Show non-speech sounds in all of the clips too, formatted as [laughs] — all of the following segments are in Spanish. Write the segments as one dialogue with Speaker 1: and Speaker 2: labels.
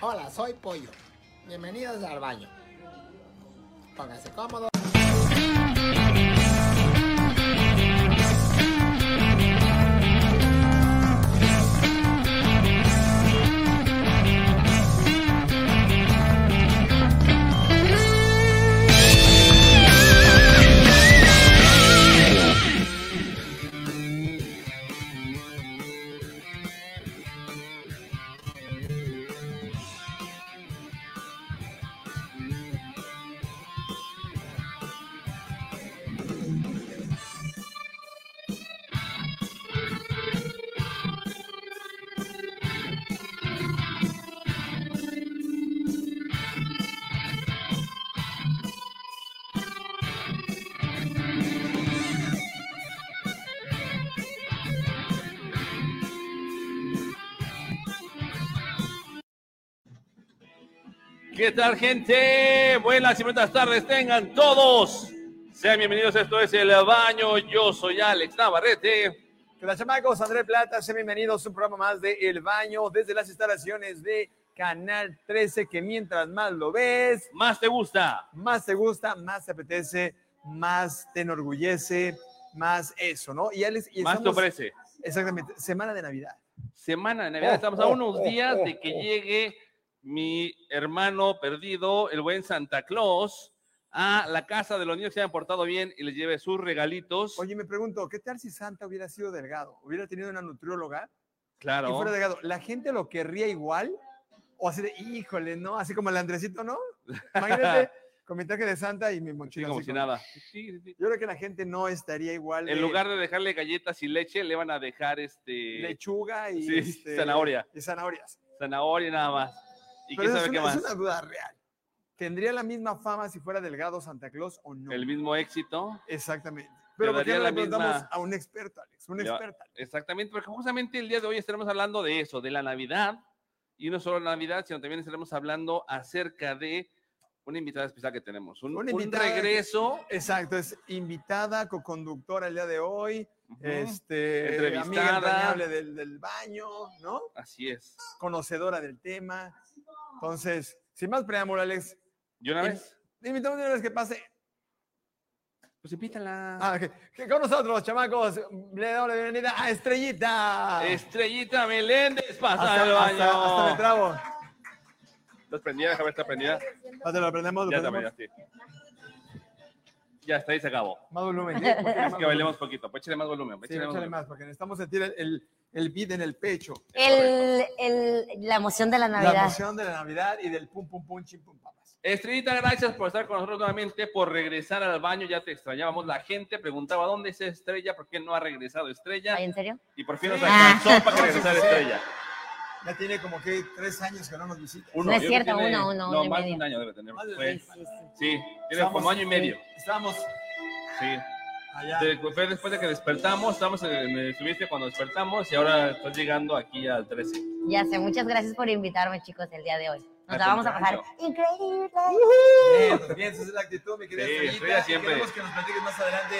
Speaker 1: Hola, soy Pollo. Bienvenidos al baño. Pónganse cómodos.
Speaker 2: ¿Qué tal, gente? Buenas y buenas tardes tengan todos. Sean bienvenidos, esto es El Baño. Yo soy Alex Navarrete.
Speaker 3: ¿Qué tal, chamacos? André Plata, sean bienvenidos a un programa más de El Baño desde las instalaciones de Canal 13, que mientras más lo ves,
Speaker 2: ¿Más te gusta?
Speaker 3: más te gusta, más te apetece, más te enorgullece, más eso, ¿no? Y Alex, y
Speaker 2: ¿Más te
Speaker 3: estamos-
Speaker 2: ofrece?
Speaker 3: Exactamente, semana de Navidad.
Speaker 2: Semana de Navidad,
Speaker 3: Oh,
Speaker 2: estamos a
Speaker 3: oh,
Speaker 2: unos
Speaker 3: oh,
Speaker 2: días
Speaker 3: oh,
Speaker 2: de que
Speaker 3: oh.
Speaker 2: llegue mi hermano perdido, el buen Santa Claus, a la casa de los niños que se han portado bien y les lleve sus regalitos.
Speaker 3: Oye, me pregunto, ¿qué tal si Santa hubiera sido delgado? ¿Hubiera tenido una nutrióloga? Y
Speaker 2: claro.
Speaker 3: fuera delgado, ¿la gente lo querría igual? O así de, híjole, ¿no? Así como el Andresito, ¿no?
Speaker 2: [laughs]
Speaker 3: Imagínate, comentario de Santa y mi
Speaker 2: Sí,
Speaker 3: mochila.
Speaker 2: como
Speaker 3: así
Speaker 2: si
Speaker 3: como-
Speaker 2: nada. Sí, sí, sí.
Speaker 3: Yo creo que la gente no estaría igual.
Speaker 2: En
Speaker 3: de
Speaker 2: lugar de dejarle galletas y leche, le van a dejar este
Speaker 3: lechuga y
Speaker 2: sí,
Speaker 3: este,
Speaker 2: zanahoria.
Speaker 3: Y zanahorias.
Speaker 2: zanahoria nada más. ¿Y quién
Speaker 3: Pero
Speaker 2: sabe
Speaker 3: es
Speaker 2: qué
Speaker 3: una, es
Speaker 2: más?
Speaker 3: una duda real. ¿Tendría la misma fama si fuera delgado Santa Claus o no?
Speaker 2: El mismo éxito.
Speaker 3: Exactamente. Pero ¿por qué
Speaker 2: daría
Speaker 3: no
Speaker 2: la
Speaker 3: le preguntamos
Speaker 2: misma-
Speaker 3: a un experto, Alex? Un
Speaker 2: Le va-
Speaker 3: experto.
Speaker 2: Exactamente, porque justamente el día de hoy estaremos hablando de eso, de la Navidad, y no solo la Navidad, sino también estaremos hablando acerca de una invitada especial que tenemos, un,
Speaker 3: Una
Speaker 2: un
Speaker 3: invitada que-
Speaker 2: regreso,
Speaker 3: Exacto, es invitada, co-conductora el día de hoy,
Speaker 2: Ujú,
Speaker 3: este,
Speaker 2: Entrevistada.
Speaker 3: amiga entrañable del, del baño, ¿no?
Speaker 2: así es.
Speaker 3: Conocedora del tema. Entonces, sin más preámbulo, Alex,
Speaker 2: ¿Y una
Speaker 3: Y-
Speaker 2: vez?
Speaker 3: invitamos de una vez que pase
Speaker 2: Pues invítala.
Speaker 3: Ah, ok. Que Con nosotros, chamacos, le damos la bienvenida a Estrellita.
Speaker 2: Estrellita Meléndez, pasa
Speaker 3: hasta,
Speaker 2: al baño.
Speaker 3: hasta- hasta me trabo.
Speaker 2: ¿Estás prendida? Déjame ver, ¿está prendida?
Speaker 3: Hasta lo aprendemos.
Speaker 2: Ya está prendida, sí. Ya está, ahí se acabó.
Speaker 3: Más
Speaker 2: [laughs]
Speaker 3: volumen. ¿sí? Porque
Speaker 2: Es
Speaker 3: más
Speaker 2: que bailemos poquito, pues échale más volumen.
Speaker 3: volumen. Sí,
Speaker 2: échale más
Speaker 3: échale
Speaker 2: volumen.
Speaker 3: más, porque necesitamos sentir el, el, el beat en el pecho.
Speaker 4: El, el- la emoción de la
Speaker 3: La
Speaker 4: Navidad.
Speaker 3: emoción de la Navidad y del pum, pum, pum, chim, pum, papas.
Speaker 2: Estrellita, gracias por estar con nosotros nuevamente, por regresar al baño. Ya te extrañábamos. La gente preguntaba dónde es Estrella, por qué no ha regresado Estrella.
Speaker 4: Ay, ¿En serio?
Speaker 2: Y por fin nos
Speaker 3: Sí.
Speaker 2: alcanzó
Speaker 4: [laughs]
Speaker 3: Ah.
Speaker 2: para que
Speaker 3: No, sí,
Speaker 2: regresara
Speaker 3: sí, sí.
Speaker 2: Estrella.
Speaker 3: Ya tiene como que tres años que no nos visita.
Speaker 2: Uno,
Speaker 4: No es
Speaker 2: yo creo que
Speaker 4: cierto,
Speaker 2: tiene-
Speaker 4: uno, uno,
Speaker 2: No,
Speaker 4: uno y
Speaker 2: más de
Speaker 4: medio.
Speaker 2: un año debe tener.
Speaker 3: Más de-
Speaker 2: fue.
Speaker 4: Sí,
Speaker 2: Sí,
Speaker 4: sí, sí.
Speaker 2: tiene como año y medio.
Speaker 3: Estábamos
Speaker 2: Sí.
Speaker 3: allá.
Speaker 2: De- Fue después de que despertamos, estamos en el subiste cuando despertamos y ahora estás llegando aquí al 13.
Speaker 4: Ya sé, muchas gracias por invitarme, chicos, el día de hoy. Nos
Speaker 2: Al
Speaker 4: la vamos a pasar
Speaker 2: contrario.
Speaker 4: increíble.
Speaker 3: Bien, pues bien, esa es la actitud, mi querida
Speaker 2: Sí,
Speaker 3: Estrellita,
Speaker 2: Estrella
Speaker 3: y
Speaker 2: siempre.
Speaker 3: Queremos que nos platiques más adelante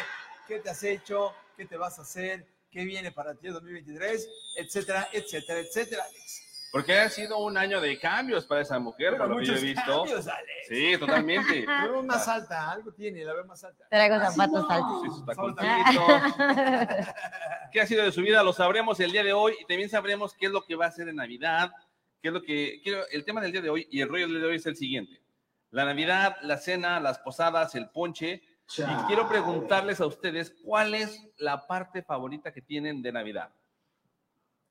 Speaker 3: qué te has hecho, qué te vas a hacer, qué viene para ti el 2023, etcétera, etcétera, etcétera, Alex.
Speaker 2: Porque ha sido un año de cambios para esa mujer,
Speaker 3: Pero
Speaker 2: por lo que yo he
Speaker 3: muchos
Speaker 2: visto.
Speaker 3: cambios, Alex.
Speaker 2: Sí,
Speaker 3: [laughs]
Speaker 2: totalmente.
Speaker 3: La veo más alta, algo tiene, la veo más alta.
Speaker 4: Traigo zapatos altos.
Speaker 2: Sí, sus
Speaker 3: Solo
Speaker 2: taconcitos. [laughs] ¿Qué ha sido de su vida? Lo sabremos el día de hoy y también sabremos qué es lo que va a hacer en Navidad. Qué es lo que, quiero- el tema del día de hoy y el rollo del día de hoy es el siguiente. La Navidad, la cena, las posadas, el ponche. Y quiero preguntarles a ustedes cuál es la parte favorita que tienen de Navidad.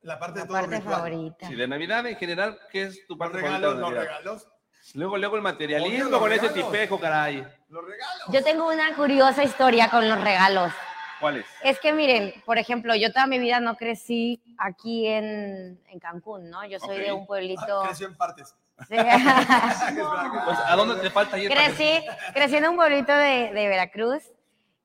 Speaker 3: La parte
Speaker 4: La
Speaker 3: de todo
Speaker 4: parte
Speaker 3: ritual.
Speaker 4: favorita.
Speaker 2: Sí, de Navidad en general, ¿qué es tu
Speaker 3: Los
Speaker 2: parte
Speaker 3: regalos,
Speaker 2: favorita
Speaker 3: los
Speaker 2: de Navidad?
Speaker 3: regalos,
Speaker 2: Luego, luego el
Speaker 3: Oye,
Speaker 2: materialismo
Speaker 3: los
Speaker 2: con ese
Speaker 3: regalos.
Speaker 2: tipejo, caray.
Speaker 3: los regalos.
Speaker 4: Yo tengo una curiosa historia con los regalos.
Speaker 2: ¿Cuál es?
Speaker 4: Es que miren, por ejemplo, yo toda mi vida no crecí aquí en, en Cancún, ¿no? Yo soy de
Speaker 2: Ok.
Speaker 4: un pueblito.
Speaker 3: Ah, creció en partes.
Speaker 4: Sí. [laughs]
Speaker 2: Pues, ¿A dónde te falta [laughs] ir? para que-
Speaker 4: crecí, crecí en un pueblito de, de Veracruz
Speaker 3: ¿Qué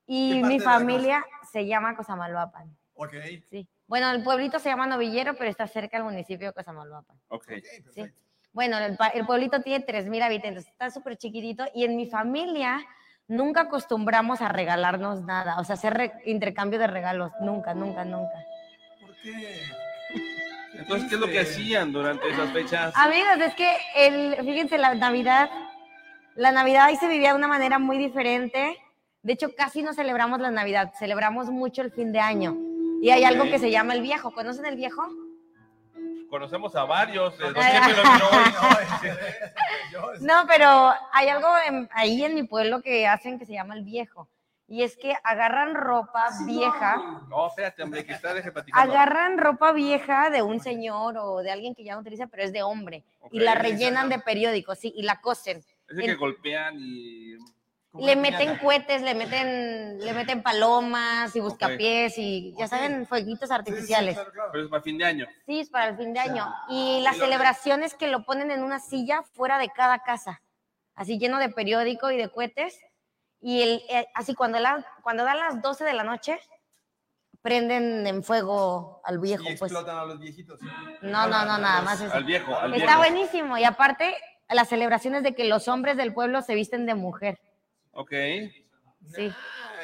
Speaker 4: y
Speaker 3: parte
Speaker 4: mi
Speaker 3: de Veracruz?
Speaker 4: familia se llama Cosamaloapan.
Speaker 3: Ok,
Speaker 4: Sí. Bueno, el pueblito se llama Novillero, pero está cerca del municipio de Cosamaloapan.
Speaker 2: Ok.
Speaker 3: ok, perfecto.
Speaker 4: Bueno, el, pa- el pueblito tiene 3.000 habitantes, está súper chiquitito y en mi familia nunca acostumbramos a regalarnos nada, o sea, hacer re- intercambio de regalos, nunca, nunca, nunca.
Speaker 3: ¿Por qué?
Speaker 2: Entonces, ¿qué es lo que hacían durante esas fechas?
Speaker 4: Amigos, es que el, fíjense, la Navidad, la Navidad ahí se vivía de una manera muy diferente. De hecho, casi no celebramos la Navidad, celebramos mucho el fin de año. Y hay algo
Speaker 2: Ok.
Speaker 4: que se llama el viejo. ¿Conocen el viejo?
Speaker 2: Conocemos a varios. eh, el don
Speaker 4: Ay,
Speaker 2: Chepe lo
Speaker 3: No, [laughs]
Speaker 2: vio.
Speaker 3: no, es- eh, yo-
Speaker 4: No, pero hay algo en- ahí en mi pueblo que hacen que se llama el viejo. Y es que agarran ropa vieja,
Speaker 2: No, espérate, hombre, que está, deje platicando.
Speaker 4: agarran ropa vieja de un señor o de alguien que ya no utiliza, pero es de hombre.
Speaker 2: Ok,
Speaker 4: Y la
Speaker 2: esa,
Speaker 4: rellenan de periódicos, sí, y la cosen.
Speaker 2: Ese que golpean y...
Speaker 3: como
Speaker 4: Le
Speaker 3: una
Speaker 4: meten
Speaker 3: piñata.
Speaker 4: cohetes, le meten, le meten palomas y buscapiés y ya
Speaker 3: Ok.
Speaker 4: saben, fueguitos
Speaker 3: Sí, sí, sí,
Speaker 4: artificiales.
Speaker 3: claro, claro.
Speaker 2: Pero es para fin de año.
Speaker 4: Sí, es para el fin de año. Y
Speaker 2: Y
Speaker 4: las
Speaker 2: lo-
Speaker 4: celebraciones que lo ponen en una silla fuera de cada casa, así lleno de periódico y de cohetes. Y el, eh, así cuando, la, cuando dan las 12 de la noche, prenden en fuego al viejo.
Speaker 3: Y
Speaker 4: Pues.
Speaker 3: explotan a los viejitos.
Speaker 4: No, no, no, nada más eso.
Speaker 2: Al viejo, al viejo.
Speaker 4: Está buenísimo. Y aparte, las celebraciones de que los hombres del pueblo se visten de mujer.
Speaker 2: Ok.
Speaker 4: Sí.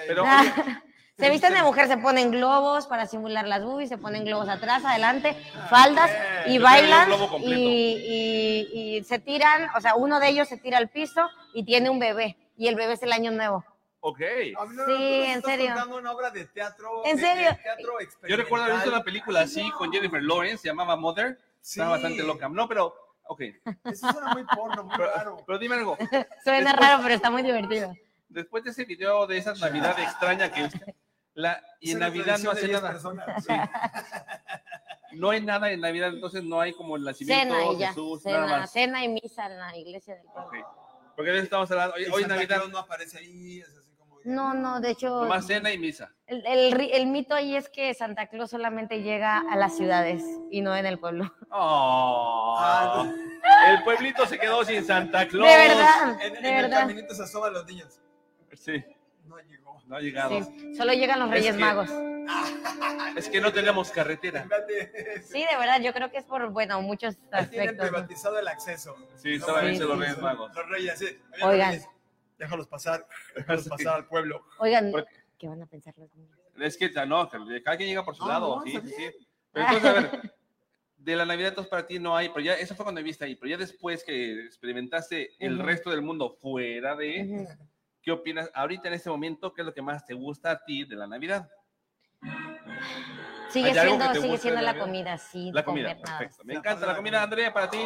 Speaker 2: Pero
Speaker 4: Ah, [laughs] se visten de mujer, se ponen globos para simular las boobies, se ponen globos atrás, adelante, faldas y
Speaker 2: Yo
Speaker 4: bailan
Speaker 2: quiero Ah, un globo completo.
Speaker 4: y, y- y se tiran, o sea, uno de ellos se tira al piso y tiene un bebé y el bebé es el año nuevo.
Speaker 2: Ok.
Speaker 3: A mí no, no,
Speaker 4: Sí,
Speaker 3: tú nos
Speaker 4: en
Speaker 3: estás
Speaker 4: serio.
Speaker 3: contando una obra de teatro.
Speaker 4: En
Speaker 3: de-
Speaker 4: serio.
Speaker 3: de teatro
Speaker 2: Yo recuerdo haber visto
Speaker 3: experimental.
Speaker 2: una película así con Jennifer Lawrence, se llamaba Mother.
Speaker 3: Sí.
Speaker 2: Estaba bastante loca. No, pero, ok.
Speaker 3: Eso suena muy porno, muy
Speaker 2: Pero,
Speaker 3: raro.
Speaker 2: pero dime algo.
Speaker 4: Suena
Speaker 2: Después-
Speaker 4: raro, pero está muy divertido.
Speaker 2: Después de ese video de esa Navidad extraña que la y en
Speaker 3: Es una
Speaker 2: Navidad no
Speaker 3: tradición de
Speaker 2: hace
Speaker 3: 10
Speaker 2: nada.
Speaker 3: personas.
Speaker 2: Sí. No hay nada en Navidad, entonces no hay como el nacimiento
Speaker 4: Cena y
Speaker 2: de
Speaker 4: ya,
Speaker 2: Jesús, nada
Speaker 4: cena,
Speaker 2: más.
Speaker 4: cena y misa en la iglesia del pueblo.
Speaker 2: Ok. Porque de eso estamos hablando. Hoy,
Speaker 3: Y
Speaker 2: hoy
Speaker 3: Santa
Speaker 2: Navidad,
Speaker 3: Claus no aparece ahí, es así como.
Speaker 4: No, no, de hecho,
Speaker 2: nomás cena y misa.
Speaker 4: el, el ri- el mito ahí es que Santa Claus solamente llega a las ciudades y no en el pueblo.
Speaker 2: Oh,
Speaker 3: Ah, no.
Speaker 2: El pueblito se quedó sin Santa Claus.
Speaker 4: de verdad,
Speaker 3: En,
Speaker 4: de
Speaker 3: en el
Speaker 4: verdad.
Speaker 3: caminito se asoman los niños.
Speaker 2: Sí,
Speaker 3: No llegó.
Speaker 2: no ha llegado.
Speaker 4: Sí, solo llegan los
Speaker 2: Es
Speaker 4: Reyes
Speaker 2: que-
Speaker 4: Magos.
Speaker 2: Es que no tenemos carretera.
Speaker 3: Fíjate. [laughs]
Speaker 4: Sí, de verdad, yo creo que es por, bueno, muchos
Speaker 3: Ahí tienen
Speaker 4: aspectos. ¿no?
Speaker 3: privatizado el acceso.
Speaker 2: Sí, solamente
Speaker 4: sí,
Speaker 2: los
Speaker 4: sí,
Speaker 2: Reyes Magos.
Speaker 3: Los reyes, sí. Oye,
Speaker 4: Oigan.
Speaker 3: reyes, Déjalos pasar, déjalos pasar al pueblo.
Speaker 4: Oigan,
Speaker 2: Porque-
Speaker 4: ¿qué van a pensar los niños?
Speaker 2: Es que ya no, que cada quien llega por su
Speaker 3: Ah,
Speaker 2: lado.
Speaker 3: no,
Speaker 2: sí,
Speaker 3: está
Speaker 2: sí, sí. Pero entonces, a ver, de la Navidad entonces para ti no hay, pero ya, eso fue cuando viste ahí, pero ya después que experimentaste el
Speaker 4: Ujú.
Speaker 2: resto del mundo fuera de,
Speaker 4: Ujú.
Speaker 2: ¿qué opinas ahorita en este momento? ¿Qué es lo que más te gusta a ti de la Navidad?
Speaker 4: Sigue
Speaker 2: ¿Hay algo que
Speaker 4: siendo,
Speaker 2: te
Speaker 4: sigue
Speaker 2: guste
Speaker 4: siendo
Speaker 2: de
Speaker 4: la
Speaker 2: Navidad?
Speaker 4: comida, sí.
Speaker 2: La comida,
Speaker 4: comer nada.
Speaker 2: perfecto. Me
Speaker 3: La
Speaker 2: encanta la
Speaker 3: comida.
Speaker 2: comida, Andrea, para ti.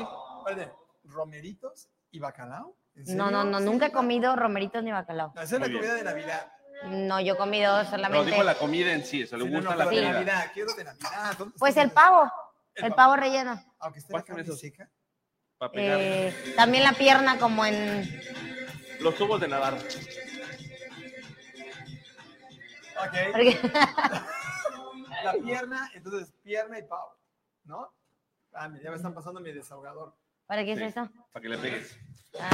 Speaker 3: Espérate, romeritos y bacalao. ¿En
Speaker 4: No,
Speaker 3: serio?
Speaker 4: no, no,
Speaker 3: ¿Sí?
Speaker 4: nunca he comido romeritos ni bacalao.
Speaker 3: Esa es la
Speaker 2: Muy bien.
Speaker 3: comida de Navidad.
Speaker 4: No, yo he comido
Speaker 2: Pero
Speaker 4: solamente.
Speaker 2: dijo la comida en sí, eso, le
Speaker 3: Sí, no,
Speaker 2: gusta
Speaker 3: no,
Speaker 2: la
Speaker 3: pero de
Speaker 2: comida.
Speaker 3: Navidad. Quiero de Navidad. ¿Dónde
Speaker 4: Pues
Speaker 3: están
Speaker 4: el
Speaker 3: los-
Speaker 4: pavo, el pavo relleno.
Speaker 3: Aunque esté la
Speaker 2: Pásame
Speaker 3: carne
Speaker 2: esos.
Speaker 3: seca.
Speaker 2: Para pegar
Speaker 4: Eh, también la pierna como en...
Speaker 2: los tubos de nadar.
Speaker 3: Ok.
Speaker 4: porque-
Speaker 3: La pierna, entonces pierna y pavo. ¿No? Ah, mira, ya me están pasando mi desahogador.
Speaker 4: [laughs] ¿Para qué es
Speaker 2: Sí,
Speaker 4: eso?
Speaker 2: Para que le pegues.
Speaker 4: Ah.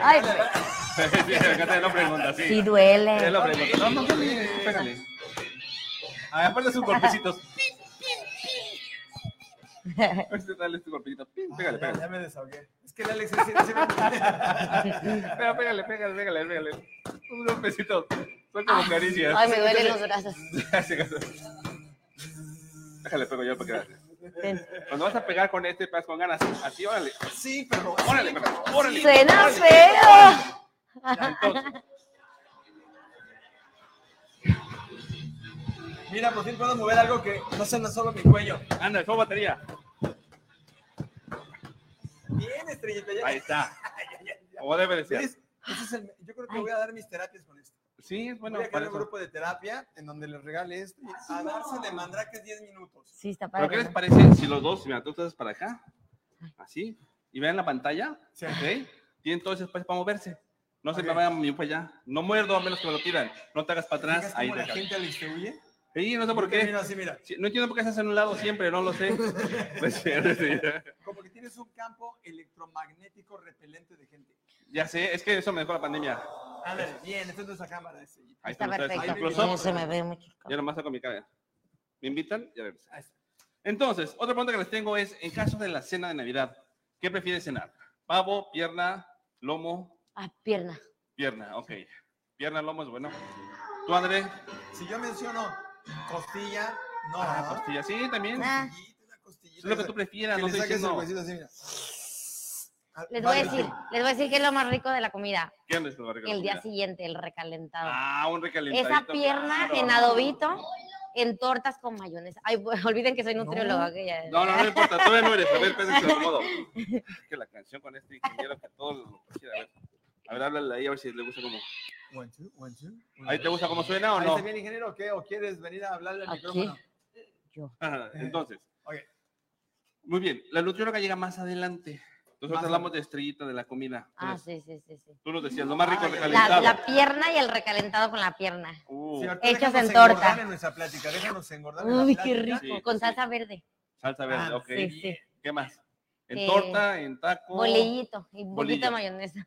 Speaker 4: Ay,
Speaker 2: [laughs] sí, acá no pregunta, sí.
Speaker 4: sí
Speaker 2: Es
Speaker 4: duele.
Speaker 2: la pregunta. No, no, pégale, pégale. Ah, aparte sus golpecitos. Este, dale este golpecito. Pin, Pégale,
Speaker 3: Ah, ya,
Speaker 2: pégale.
Speaker 3: ya me desahogué. Es que el Alex es siempre-
Speaker 2: Pega, Pégale, pégale, pégale, pégale. Un golpecito. Son como caricias.
Speaker 4: Ay, me
Speaker 2: [laughs]
Speaker 4: duelen los brazos.
Speaker 2: Hace caso. Déjale, pego yo para que veas.
Speaker 4: Ven.
Speaker 2: Cuando vas a pegar con este, pegas con ganas. Así, órale.
Speaker 3: Sí, pero.
Speaker 2: Órale, perro, órale.
Speaker 4: Suena
Speaker 2: órale.
Speaker 4: feo.
Speaker 2: Entonces,
Speaker 3: Mira, por fin puedo mover algo que no sea solo mi cuello.
Speaker 2: anda, fue batería.
Speaker 3: Bien, estrellita. Ya.
Speaker 2: Ahí está. Como debe de ser.
Speaker 3: ¿Ves? Ese es el- yo creo que voy a dar mis terapias con esto.
Speaker 2: Sí, es bueno.
Speaker 3: voy a
Speaker 2: para
Speaker 3: crear un
Speaker 2: eso.
Speaker 3: grupo de terapia en donde les regale esto. y A darse de mandraques 10 minutos.
Speaker 4: Sí, está
Speaker 2: ¿Pero qué
Speaker 4: padre.
Speaker 2: les
Speaker 4: ¿no?
Speaker 2: parece si los dos, mira, tú estás para acá, así, y vean la pantalla,
Speaker 3: Sí.
Speaker 2: ¿ok? pues, Tienen todo ese espacio para moverse. No se
Speaker 3: Ok.
Speaker 2: me vayan ni para allá. No muerdo a menos que me lo pidan. No te hagas para atrás.
Speaker 3: ¿Fijas
Speaker 2: Ahí
Speaker 3: cómo
Speaker 2: te
Speaker 3: la
Speaker 2: cabe.
Speaker 3: gente le distribuye?
Speaker 2: Sí, no sé por
Speaker 3: Yo termino
Speaker 2: qué.
Speaker 3: así, mira.
Speaker 2: Sí, No entiendo por qué se hacen a un lado siempre, no lo
Speaker 3: [laughs]
Speaker 2: sé. Pues, No sé,
Speaker 3: Como que tienes un campo electromagnético repelente de gente.
Speaker 2: ya sé, es que eso me dejó la pandemia.
Speaker 3: Ándale, bien, entonces esa cámara. estrellita.
Speaker 2: Ahí
Speaker 4: Está
Speaker 2: están ustedes.
Speaker 4: perfecto.
Speaker 2: Un
Speaker 3: Ahí
Speaker 2: close-up.
Speaker 4: No, se me ve mucho.
Speaker 2: Ya nomás saco mi cámara. ¿Me invitan? Ya regreso.
Speaker 3: Ahí está.
Speaker 2: Entonces, otra pregunta que les tengo es, en caso de la cena de Navidad, ¿qué prefieres cenar? ¿Pavo, pierna, lomo,
Speaker 4: Ah, pierna.
Speaker 2: Pierna, ok. Pierna, lomo es bueno. ¿Tú, André?
Speaker 3: Si yo menciono costilla, no.
Speaker 2: Ah,
Speaker 3: ¿verdad?
Speaker 2: costilla. pues Sí, también.
Speaker 4: Ah.
Speaker 3: Costillita, una costillita.
Speaker 2: Es lo que tú prefieras,
Speaker 3: Que
Speaker 2: no
Speaker 3: le
Speaker 2: estoy
Speaker 3: saques el
Speaker 2: diciendo.
Speaker 3: huesito así, mira. Ah,
Speaker 4: Les voy
Speaker 3: vale,
Speaker 4: a decir, les voy a decir que es lo más rico de la comida.
Speaker 2: ¿Qué onda, Escobar?
Speaker 4: El día siguiente, el recalentado.
Speaker 2: Ah, un recalentadito.
Speaker 4: Esa pierna
Speaker 2: claro.
Speaker 4: en adobito, en tortas con mayonesa. Ay, bu- [laughs] olviden que soy nutrióloga. que ya-
Speaker 2: No, no, no importa, todavía no eres. A ver, pésense de
Speaker 4: [laughs]
Speaker 2: modo. Que la canción con este ingeniero que todo lo quisiera. A ver, a ver, háblale ahí a ver si le gusta cómo.
Speaker 3: One, two, one, two, one,
Speaker 2: ¿Ahí te gusta cómo suena o
Speaker 3: ¿Ahí
Speaker 2: no?
Speaker 3: está bien, ingeniero, o qué? ¿O quieres venir a hablarle al
Speaker 4: Aquí.
Speaker 3: micrófono?
Speaker 2: Ajá, Entonces.
Speaker 3: Eh, Ok.
Speaker 2: Muy bien, la nutrióloga llega más adelante. Nosotros
Speaker 3: Más
Speaker 2: hablamos de estrellita de la comida.
Speaker 4: Ah,
Speaker 2: Entonces,
Speaker 4: sí, sí, sí. sí.
Speaker 2: Tú nos decías, lo más rico
Speaker 3: Ay,
Speaker 4: La,
Speaker 2: recalentado.
Speaker 4: la pierna y el recalentado con la pierna.
Speaker 2: Uh,
Speaker 3: Sí, ahorita
Speaker 4: Hechos
Speaker 3: déjanos
Speaker 4: en torta.
Speaker 3: engordar en nuestra plática, déjanos engordar en la
Speaker 4: Uy, qué
Speaker 3: plática.
Speaker 4: rico.
Speaker 2: Sí,
Speaker 4: con
Speaker 2: sí.
Speaker 4: salsa verde.
Speaker 2: salsa verde,
Speaker 3: Ah,
Speaker 2: ok.
Speaker 4: Sí, sí.
Speaker 2: ¿Qué más? En
Speaker 4: Eh,
Speaker 2: torta, en taco,
Speaker 4: Bolillito y un poquito
Speaker 2: Bolillo.
Speaker 4: de mayonesa.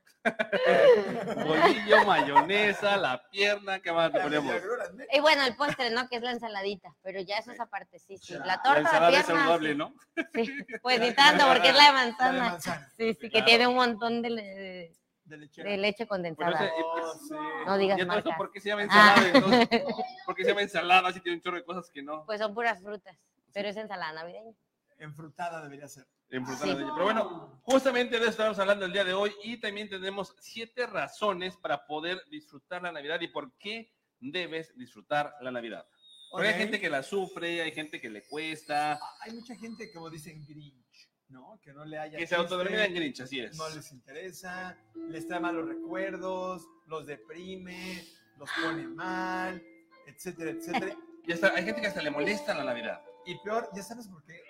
Speaker 2: bolillo, mayonesa, la pierna, ¿qué más le
Speaker 3: Las
Speaker 2: ponemos?
Speaker 3: verduras, ¿no?
Speaker 4: Y bueno, el postre, ¿no? Que es la ensaladita. Pero ya eso es aparte, sí, sí. La
Speaker 2: La
Speaker 4: torta, la,
Speaker 2: ensalada es
Speaker 4: pierna.
Speaker 2: saludable,
Speaker 4: sí.
Speaker 2: ¿no?
Speaker 4: Sí, pues ni tanto, porque es la de
Speaker 3: La de
Speaker 4: manzana.
Speaker 3: manzana,
Speaker 4: Sí, sí, que
Speaker 2: Claro.
Speaker 4: tiene un montón de, le-
Speaker 3: de lechera.
Speaker 4: de leche
Speaker 2: Bueno,
Speaker 4: condensada.
Speaker 2: ese-
Speaker 3: Oh, sí.
Speaker 4: No
Speaker 2: ¿Y
Speaker 4: digas
Speaker 2: entonces
Speaker 4: marcas.
Speaker 2: por qué se llama
Speaker 4: Ah.
Speaker 2: ensalada? entonces?
Speaker 4: [laughs]
Speaker 2: ¿Por qué se llama ensalada si tiene un chorro de cosas que no?
Speaker 4: Pues son puras frutas, pero es ensalada navideña.
Speaker 3: Enfrutada debería ser.
Speaker 2: en Bruselas
Speaker 4: Sí.
Speaker 2: de ella. Pero bueno, justamente de eso estamos hablando el día de hoy y también tenemos siete razones para poder disfrutar la Navidad y por qué debes disfrutar la Navidad. Porque
Speaker 3: Ok.
Speaker 2: hay gente que la sufre, hay gente que le cuesta,
Speaker 3: Hay mucha gente, como dicen, Grinch, ¿no? Que no le haya.
Speaker 2: que se
Speaker 3: chiste,
Speaker 2: autodenomina en Grinch, así es.
Speaker 3: No les interesa, les trae malos recuerdos, los deprime, los pone mal, etcétera, etcétera.
Speaker 2: Y hasta- hay gente que hasta le molesta la Navidad.
Speaker 3: Y peor, ya sabes por qué.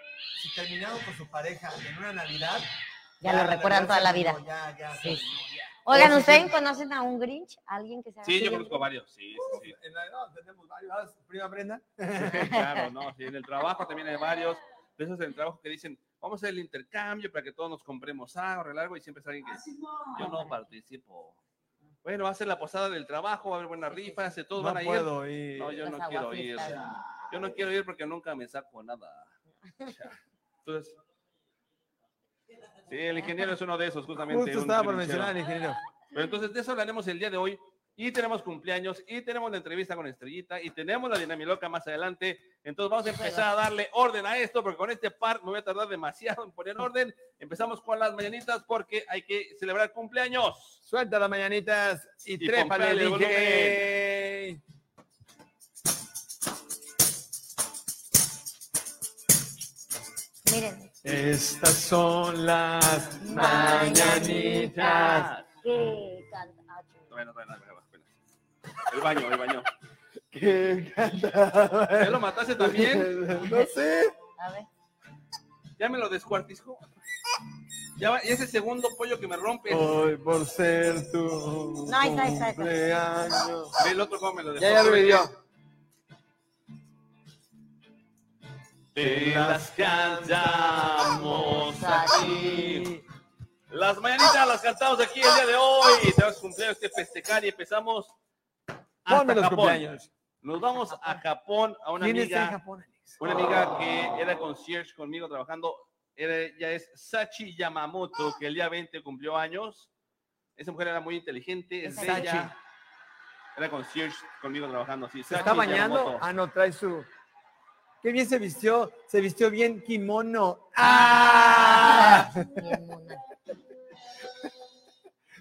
Speaker 3: Si terminaron con su pareja en una Navidad.
Speaker 4: Ya lo
Speaker 2: Ah,
Speaker 3: la Navidad
Speaker 4: recuerdan toda
Speaker 3: se
Speaker 4: la
Speaker 3: arruinó,
Speaker 4: vida.
Speaker 3: Ya, ya,
Speaker 4: Sí.
Speaker 3: se arruinó, ya.
Speaker 4: Oigan,
Speaker 3: Sí, sí,
Speaker 4: ¿ustedes
Speaker 3: sí.
Speaker 4: conocen a un Grinch? ¿Alguien que sea
Speaker 2: Sí,
Speaker 4: así
Speaker 2: yo
Speaker 4: de
Speaker 2: conozco varios, sí, sí,
Speaker 3: En la- no, tenemos varios. Ah, Prima Brenda.
Speaker 2: sí. [laughs] claro, no, sí, en el trabajo también hay varios, de esos del trabajo que dicen, vamos a hacer el intercambio para que todos nos compremos algo, algo, y siempre es alguien que yo no participo. Bueno, va a ser la posada del trabajo, va a haber buenas
Speaker 4: Sí, sí,
Speaker 2: rifas, de todos
Speaker 3: no
Speaker 2: van a ir.
Speaker 3: puedo ir.
Speaker 2: No, yo
Speaker 4: Los
Speaker 2: no quiero ir.
Speaker 4: aguafiestas.
Speaker 2: Yo no quiero ir porque nunca me saco nada. Entonces, sí, el ingeniero es uno de esos, justamente.
Speaker 3: Justo
Speaker 2: un
Speaker 3: estaba por
Speaker 2: trinchero.
Speaker 3: mencionar al ingeniero.
Speaker 2: Pero entonces de eso hablaremos el día de hoy. Y tenemos cumpleaños, y tenemos la entrevista con Estrellita, y tenemos la dinamiloca más adelante. Entonces vamos a empezar a darle orden a esto, porque con este par me voy a tardar demasiado en poner orden. Empezamos con las mañanitas porque hay que celebrar cumpleaños.
Speaker 3: Suelta las mañanitas y,
Speaker 2: Y
Speaker 3: trépale,
Speaker 2: ponle el
Speaker 3: DJ.
Speaker 4: Miren.
Speaker 3: Estas son las mañanitas
Speaker 4: ¿Qué canta? Ah, chingada.
Speaker 2: Bueno, bueno, bueno, bueno. El baño, el baño.
Speaker 3: que cantaba.
Speaker 2: ¿Ya lo mataste también?
Speaker 3: No sé.
Speaker 4: A ver.
Speaker 2: Ya me lo descuartizó. Ya va, y ese segundo pollo que me rompe.
Speaker 3: Hoy por ser tu
Speaker 4: No, ahí está, ahí está, ahí está.
Speaker 3: cumpleaños.
Speaker 2: Ve el otro cómo me lo dejó.
Speaker 3: Ya, ya lo vivió.
Speaker 2: Te las cantamos aquí.
Speaker 3: Sí.
Speaker 2: Las mañanitas las cantamos aquí el día de hoy. Tenemos cumpleaños que festejar y empezamos hasta
Speaker 3: Ponme los
Speaker 2: Japón.
Speaker 3: cumpleaños.
Speaker 2: Nos vamos a Japón a una
Speaker 3: ¿Quién está en
Speaker 2: amiga,
Speaker 3: Japón, Alex?
Speaker 2: una amiga que era concierge conmigo trabajando. Era- Ella es Sachi Yamamoto, que el día 20 cumplió años. Esa mujer era muy inteligente, es
Speaker 4: Sachi.
Speaker 2: bella. Era concierge conmigo trabajando así.
Speaker 3: ¿Se está bañando?
Speaker 2: Yamamoto.
Speaker 3: Ah, no, trae su. Qué bien se vistió. Se vistió bien kimono. ¡Ah!
Speaker 4: Bien mona.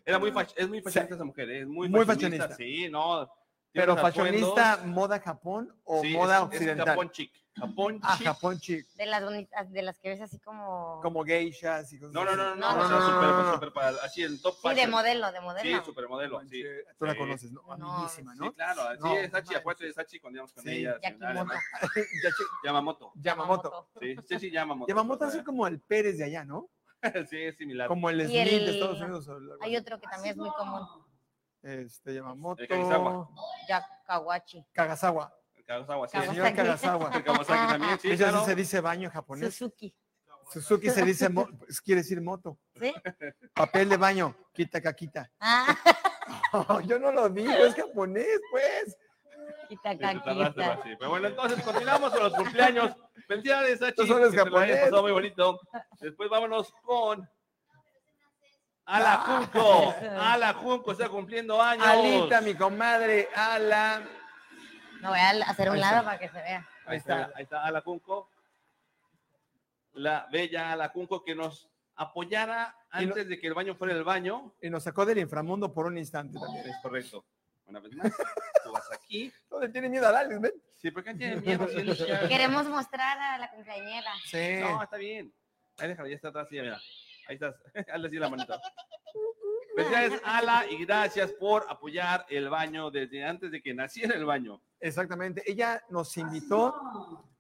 Speaker 2: Era muy fach- es muy fashionista esa mujer, ¿eh? es muy,
Speaker 3: Muy
Speaker 2: fashionista.
Speaker 3: fashionista.
Speaker 2: Sí, no. tiene
Speaker 3: Pero
Speaker 2: unos
Speaker 3: fashionista,
Speaker 2: atuendos.
Speaker 3: moda Japón o
Speaker 2: Sí,
Speaker 3: moda
Speaker 2: es- es
Speaker 3: occidental.
Speaker 2: Japón chic. Japón
Speaker 3: ah,
Speaker 2: chic.
Speaker 3: Japón chic.
Speaker 4: De las bonitas, de las que ves así como.
Speaker 3: Como geishas y cosas
Speaker 2: No, no, no, no,
Speaker 4: No,
Speaker 2: no, o
Speaker 4: no,
Speaker 2: sea,
Speaker 3: no,
Speaker 2: super,
Speaker 3: no, no.
Speaker 2: super para- así el top
Speaker 4: Sí, de
Speaker 2: fashion.
Speaker 4: modelo, de
Speaker 2: Sí,
Speaker 4: modelo.
Speaker 2: supermodelo, sí.
Speaker 3: Tú la
Speaker 2: Sí.
Speaker 3: conoces, ¿no?
Speaker 4: No,
Speaker 3: Amiguísima,
Speaker 2: Sí,
Speaker 3: ¿no?
Speaker 2: claro, así
Speaker 3: No,
Speaker 2: es Sachi,
Speaker 3: manches.
Speaker 2: acuérdate de Sachi cuando íbamos con
Speaker 3: Sí.
Speaker 2: ella.
Speaker 4: Ya
Speaker 2: señora,
Speaker 4: kimono.
Speaker 2: además.
Speaker 3: [laughs] Yachi-
Speaker 2: Yamamoto.
Speaker 3: Yamamoto.
Speaker 2: Sí, sí, sí, Yamamoto.
Speaker 3: Yamamoto es como el Pérez de allá, ¿no?
Speaker 2: [laughs] sí, es similar.
Speaker 3: Como el
Speaker 4: Y
Speaker 3: Smith
Speaker 4: el-
Speaker 3: de Estados Unidos. o algo
Speaker 4: Hay
Speaker 3: así.
Speaker 4: otro que también es muy común,
Speaker 3: Este, Yamamoto.
Speaker 2: El Kagasawa.
Speaker 4: Yakawachi.
Speaker 3: Kagasawa.
Speaker 2: El Kawasaki, sí.
Speaker 3: El señor Kagasawa.
Speaker 2: El Kawasaki también, sí,
Speaker 3: Eso
Speaker 2: claro.
Speaker 3: se dice baño japonés.
Speaker 4: Suzuki.
Speaker 3: Suzuki se dice, mo- pues, quiere decir moto.
Speaker 2: [laughs]
Speaker 4: ¿Sí?
Speaker 3: Papel de baño, quita caquita.
Speaker 4: Ah,
Speaker 3: yo no lo digo, es japonés, pues.
Speaker 2: Sí, te tardaste
Speaker 4: Kitakaquita.
Speaker 2: más, sí. Pero bueno, entonces continuamos con los cumpleaños. Felicidades, Sachi.
Speaker 3: Estos son los
Speaker 2: que te lo hayas
Speaker 3: japoneses.
Speaker 2: pasado muy bonito. Después vámonos con
Speaker 3: Ah.
Speaker 2: Ala Junco. Ala Junco está cumpliendo años.
Speaker 3: Alita, mi comadre, ala.
Speaker 4: No voy a hacer un lado para que se vea.
Speaker 2: Ahí está, ahí está Ala Junco. la bella Alacunco que nos apoyara
Speaker 3: Y lo-
Speaker 2: antes de que el baño fuera el baño.
Speaker 3: Y nos sacó del inframundo por un instante también.
Speaker 2: Es correcto. Una vez más, tú vas aquí.
Speaker 3: No le tiene miedo al Alex, ¿ven?
Speaker 2: Sí, porque tiene miedo. Si él ya- Eh,
Speaker 4: Queremos mostrar a la compañera.
Speaker 3: Sí.
Speaker 2: No, está bien. Ahí déjalo, ya está atrás, ya mira. Ahí estás. [laughs] Hazle así la manita. Felicidades, Ala, y gracias por apoyar el baño desde antes de que naciera el baño.
Speaker 3: Exactamente. Ella nos invitó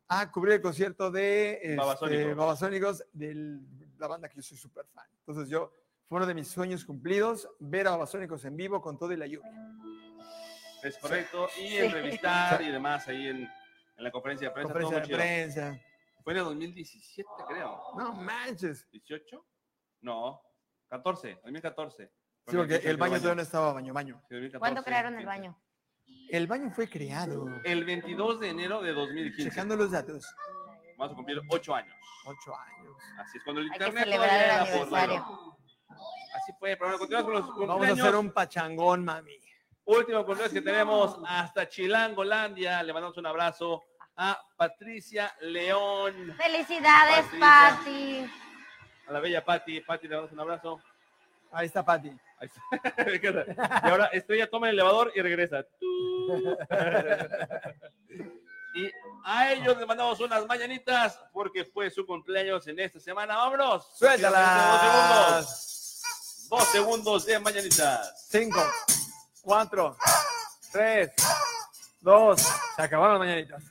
Speaker 3: a cubrir el concierto de este,
Speaker 2: Babasónicos.
Speaker 3: Babasónicos, de la banda que yo soy súper fan. Entonces yo, fue uno de mis sueños cumplidos, ver a Babasónicos en vivo con todo y la lluvia.
Speaker 2: Es correcto. Y entrevistar y demás ahí en, en la conferencia de prensa.
Speaker 3: Conferencia de
Speaker 2: todo muy chido.
Speaker 3: prensa.
Speaker 2: Fue en el 2017, creo.
Speaker 3: No manches.
Speaker 2: ¿18? No, 14, 2014.
Speaker 3: Sí, porque el baño todavía no estaba baño, baño.
Speaker 2: Sí, 2014,
Speaker 4: ¿Cuándo crearon el
Speaker 2: 15.
Speaker 4: baño?
Speaker 3: El baño fue creado.
Speaker 2: El 22 de enero de 2015.
Speaker 3: Checando los datos.
Speaker 2: Vamos a cumplir 8 años.
Speaker 3: Ocho años.
Speaker 2: Así es, cuando el
Speaker 4: Hay que
Speaker 2: internet
Speaker 4: celebrar
Speaker 2: todavía
Speaker 4: el
Speaker 2: era por radio.
Speaker 4: aniversario.
Speaker 2: Así fue, pero bueno, continuamos con los
Speaker 3: Vamos a
Speaker 2: cumpleaños.
Speaker 3: hacer un pachangón, mami.
Speaker 2: Último cumpleaños que tenemos hasta Chilangolandia. Le mandamos un abrazo a Patricia León,
Speaker 4: Felicidades,
Speaker 2: Patricia.
Speaker 4: Patti.
Speaker 2: a la bella Patti. Patti, le mandamos un abrazo.
Speaker 3: Ahí está Pati.
Speaker 2: Ahí está. Me encanta. y ahora Estrella toma el elevador y regresa. Tú. y a ellos les mandamos unas mañanitas porque fue su cumpleaños en esta semana. ¡Vámonos! Dos segundos.
Speaker 3: Suéltalas.
Speaker 2: Dos segundos de mañanitas.
Speaker 3: Cinco, cuatro, tres, dos. Se acabaron las mañanitas.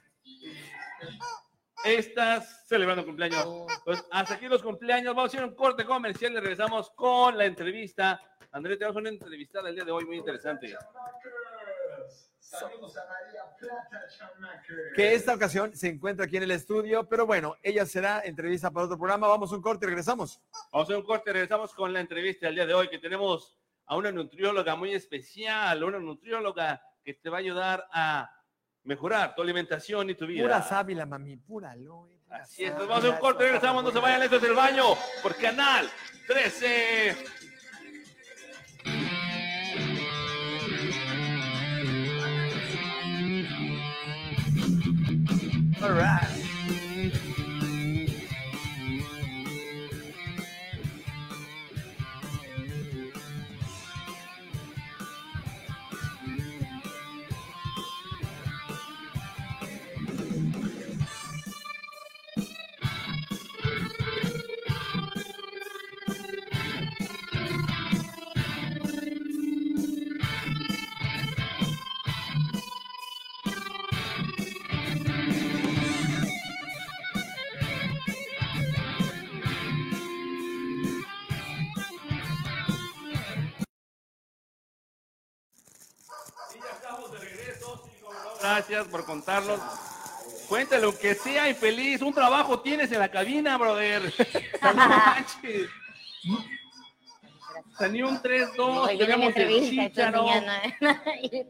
Speaker 2: Estás celebrando cumpleaños. Pues hasta aquí los cumpleaños. Vamos a hacer un corte comercial y regresamos con la entrevista. Andrés, tenemos una entrevistada el día de hoy muy interesante.
Speaker 3: Que esta ocasión se encuentra aquí en el estudio, pero bueno, ella será entrevista para otro programa. Vamos a un corte y regresamos.
Speaker 2: Vamos a hacer un corte, regresamos con la entrevista del día de hoy que tenemos a una nutrióloga muy especial, una nutrióloga que te va a ayudar a mejorar tu alimentación y tu vida.
Speaker 3: Pura sábila, mami, pura aloe. pura
Speaker 2: Así es, nos
Speaker 3: sábila,
Speaker 2: vamos a un corte,
Speaker 3: eso está
Speaker 2: regresamos, no se vayan, esto es el baño por Canal 13.
Speaker 3: bueno. All right.
Speaker 2: Gracias por contarnos. Cuéntale, lo que sea infeliz, un trabajo tienes en la cabina, brother. No
Speaker 4: [laughs]
Speaker 2: manches. Tenía un 3-2,
Speaker 4: Oye, mi
Speaker 2: tenemos el
Speaker 4: entrevista y tú
Speaker 2: chícharo.
Speaker 4: enseñando, [laughs] ¿eh?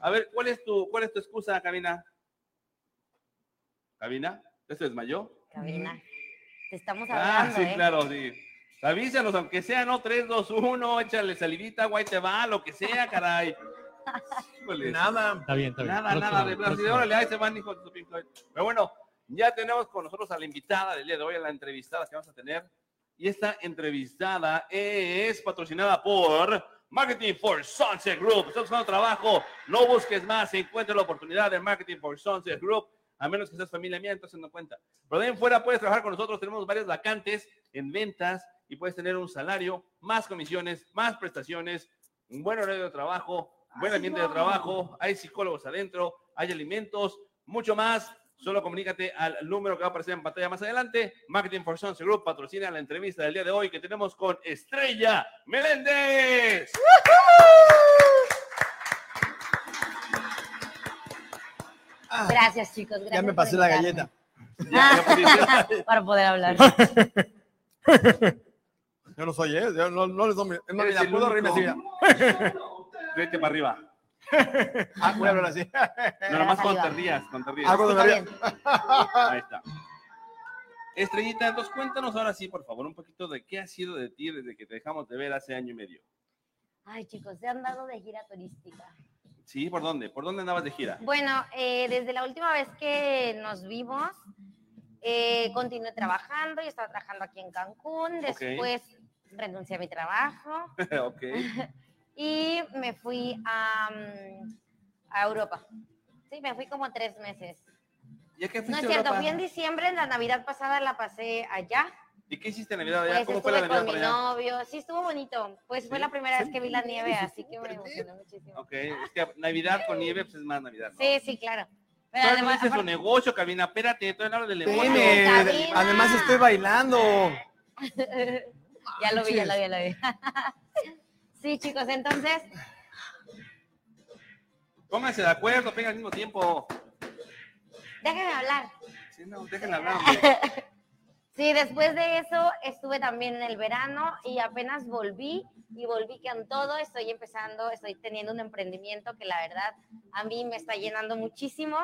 Speaker 2: A ver, ¿cuál es tu, cuál es tu excusa, Cabina? ¿Cabina? ¿Esto desmayó?
Speaker 4: Cabina. Te estamos
Speaker 2: Ah,
Speaker 4: hablando,
Speaker 2: sí,
Speaker 4: ¿eh?
Speaker 2: claro, sí. Avísanos, aunque sea, ¿no? 3, 2, 1, échale salivita, guay, te va, lo que sea, caray. Híjole.
Speaker 3: Nada.
Speaker 5: Está bien, está bien.
Speaker 2: Nada, nada, de Brasil. Órale, ahí se van, hijo de su Pink Floyd. Pero bueno, ya tenemos con nosotros a la invitada del día de hoy, a la entrevistada que vamos a tener. Y esta entrevistada es patrocinada por Marketing for Sunset Group. Estás buscando trabajo, no busques más, encuentra la oportunidad de Marketing for Sunset Group. A menos que seas familia mía, entonces no cuenta. Pero de ahí en fuera puedes trabajar con nosotros. Tenemos varias vacantes en ventas y puedes tener un salario, más comisiones, más prestaciones, un buen horario de trabajo, buen ambiente de trabajo, hay psicólogos adentro, hay alimentos, mucho más. Solo comunícate al número que va a aparecer en pantalla más adelante. Marketing for Sunset Group patrocina la entrevista del día de hoy que tenemos con Estrella
Speaker 3: [laughs]
Speaker 2: Meléndez.
Speaker 3: Ah,
Speaker 4: Gracias, chicos.
Speaker 3: ya
Speaker 4: gracias
Speaker 3: me
Speaker 4: por
Speaker 3: pasé la
Speaker 4: invitarme.
Speaker 3: galleta.
Speaker 2: Ya, ya pudiste. [laughs]
Speaker 4: Para poder hablar.
Speaker 3: Yo no soy, ¿eh? Yo no, no les doy. mi- Es más,
Speaker 2: Eres
Speaker 3: mira,
Speaker 2: el
Speaker 3: puedo reírme así.
Speaker 2: único. Vete para arriba.
Speaker 3: mira. [laughs] Ah, voy a hablar así.
Speaker 2: No, nomás cuando te
Speaker 4: Arriba.
Speaker 2: rías, cuando te rías.
Speaker 3: Ah, cuando me
Speaker 4: Está
Speaker 3: ría.
Speaker 4: bien.
Speaker 2: Ahí está. Estrellita, entonces cuéntanos ahora sí, por favor, un poquito de qué ha sido de ti desde que te dejamos de ver hace año y medio.
Speaker 4: Ay, chicos, se han dado de gira turística.
Speaker 2: Sí, ¿por dónde? ¿Por dónde andabas de gira?
Speaker 4: Bueno, eh, desde la última vez que nos vimos, eh, continué trabajando, yo estaba trabajando aquí en Cancún,
Speaker 2: Ok.
Speaker 4: después renuncié a mi trabajo
Speaker 2: [laughs] ok.
Speaker 4: y me fui a, mm, a Europa. Sí, me fui como tres meses.
Speaker 2: ¿Ya que fuiste
Speaker 4: No es
Speaker 2: a
Speaker 4: cierto,
Speaker 2: Europa?
Speaker 4: fui en diciembre, en la Navidad pasada la pasé allá.
Speaker 2: ¿Y qué hiciste en Navidad allá?
Speaker 4: Pues
Speaker 2: ¿Cómo fue la
Speaker 4: estuve con
Speaker 2: Navidad
Speaker 4: mi
Speaker 2: para allá?
Speaker 4: novio, sí estuvo bonito. Pues fue
Speaker 2: Sí,
Speaker 4: la primera vez que vi la
Speaker 1: sí,
Speaker 4: nieve,
Speaker 1: sí,
Speaker 4: así que me
Speaker 1: súper
Speaker 4: emocionó muchísimo.
Speaker 2: Ok, es que Navidad con nieve pues es más Navidad, ¿no?
Speaker 4: Sí, sí, claro. Pero
Speaker 2: Todavía no
Speaker 4: además-
Speaker 2: dices su
Speaker 4: aparte-
Speaker 2: negocio, Carmina, espérate, todavía no hablo del negocio.
Speaker 3: Pene,
Speaker 4: Cabina.
Speaker 3: además estoy bailando.
Speaker 4: ya lo vi, ya lo vi, ya lo vi. [laughs] sí, chicos, entonces,
Speaker 2: Pónganse de acuerdo, pega al mismo tiempo.
Speaker 4: déjenme hablar.
Speaker 2: Sí, no, déjenla
Speaker 4: [laughs]
Speaker 2: hablar. hombre.
Speaker 4: Sí, después de eso estuve también en el verano y apenas volví y volví con todo. Estoy empezando, estoy teniendo un emprendimiento que la verdad a mí me está llenando muchísimo.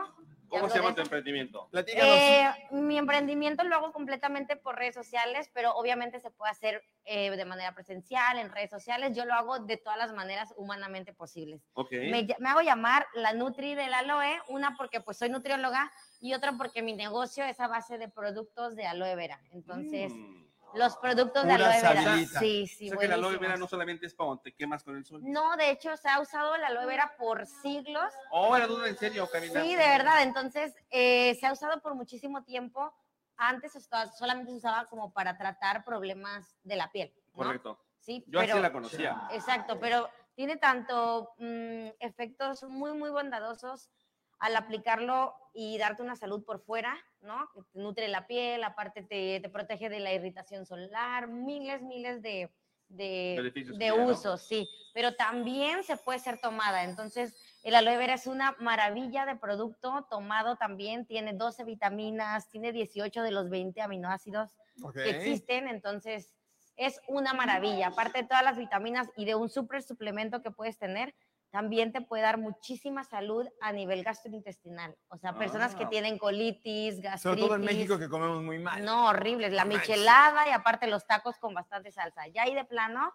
Speaker 4: Ya
Speaker 2: ¿Cómo se
Speaker 4: hablo de
Speaker 2: llama
Speaker 4: eso.
Speaker 2: tu emprendimiento?
Speaker 3: Platícanos.
Speaker 4: Eh, mi emprendimiento lo hago completamente por redes sociales, pero obviamente se puede hacer eh, de manera presencial, en redes sociales. Yo lo hago de todas las maneras humanamente posibles.
Speaker 2: Ok.
Speaker 4: Me, ll- me hago llamar la Nutri del Aloe, una porque pues soy nutrióloga y otra porque mi negocio es a base de productos de aloe vera. Entonces,
Speaker 2: Mm.
Speaker 4: los productos de
Speaker 3: Pura
Speaker 4: aloe vera.
Speaker 3: sabrita.
Speaker 4: Sí,
Speaker 2: O
Speaker 4: sí,
Speaker 2: sea que la aloe
Speaker 4: buenísimos.
Speaker 2: vera no solamente es para cuando te quemas con el sol.
Speaker 4: No, de hecho se ha usado la aloe vera por siglos
Speaker 2: Oh, era duda en serio, Karina.
Speaker 4: Sí, de verdad. Entonces, eh, se ha usado por muchísimo tiempo. Antes estaba- solamente se usaba como para tratar problemas de la piel. ¿no?
Speaker 2: Correcto.
Speaker 4: Sí,
Speaker 2: Yo
Speaker 4: pero,
Speaker 2: así la conocía. [laughs]
Speaker 4: Exacto, pero tiene tanto mm, efectos muy, muy bondadosos al aplicarlo y darte una salud por fuera, ¿no? Que te nutre la piel, aparte te, te protege de la irritación solar, miles, miles de, de,
Speaker 2: Beneficios
Speaker 4: de
Speaker 2: que tiene, ¿no?
Speaker 4: usos, sí. Pero también se puede ser tomada, entonces el aloe vera es una maravilla de producto tomado también, tiene 12 vitaminas, tiene 18 de los 20 aminoácidos
Speaker 3: Ok.
Speaker 4: que existen, entonces es una maravilla. Aparte de todas las vitaminas y de un super suplemento que puedes tener, también te puede dar muchísima salud a nivel gastrointestinal. O sea, personas que
Speaker 2: Ah.
Speaker 4: tienen colitis, gastritis.
Speaker 3: Sobre todo en México que comemos muy mal.
Speaker 4: No, horribles. La michelada y aparte los tacos con bastante salsa. Ya ahí de plano,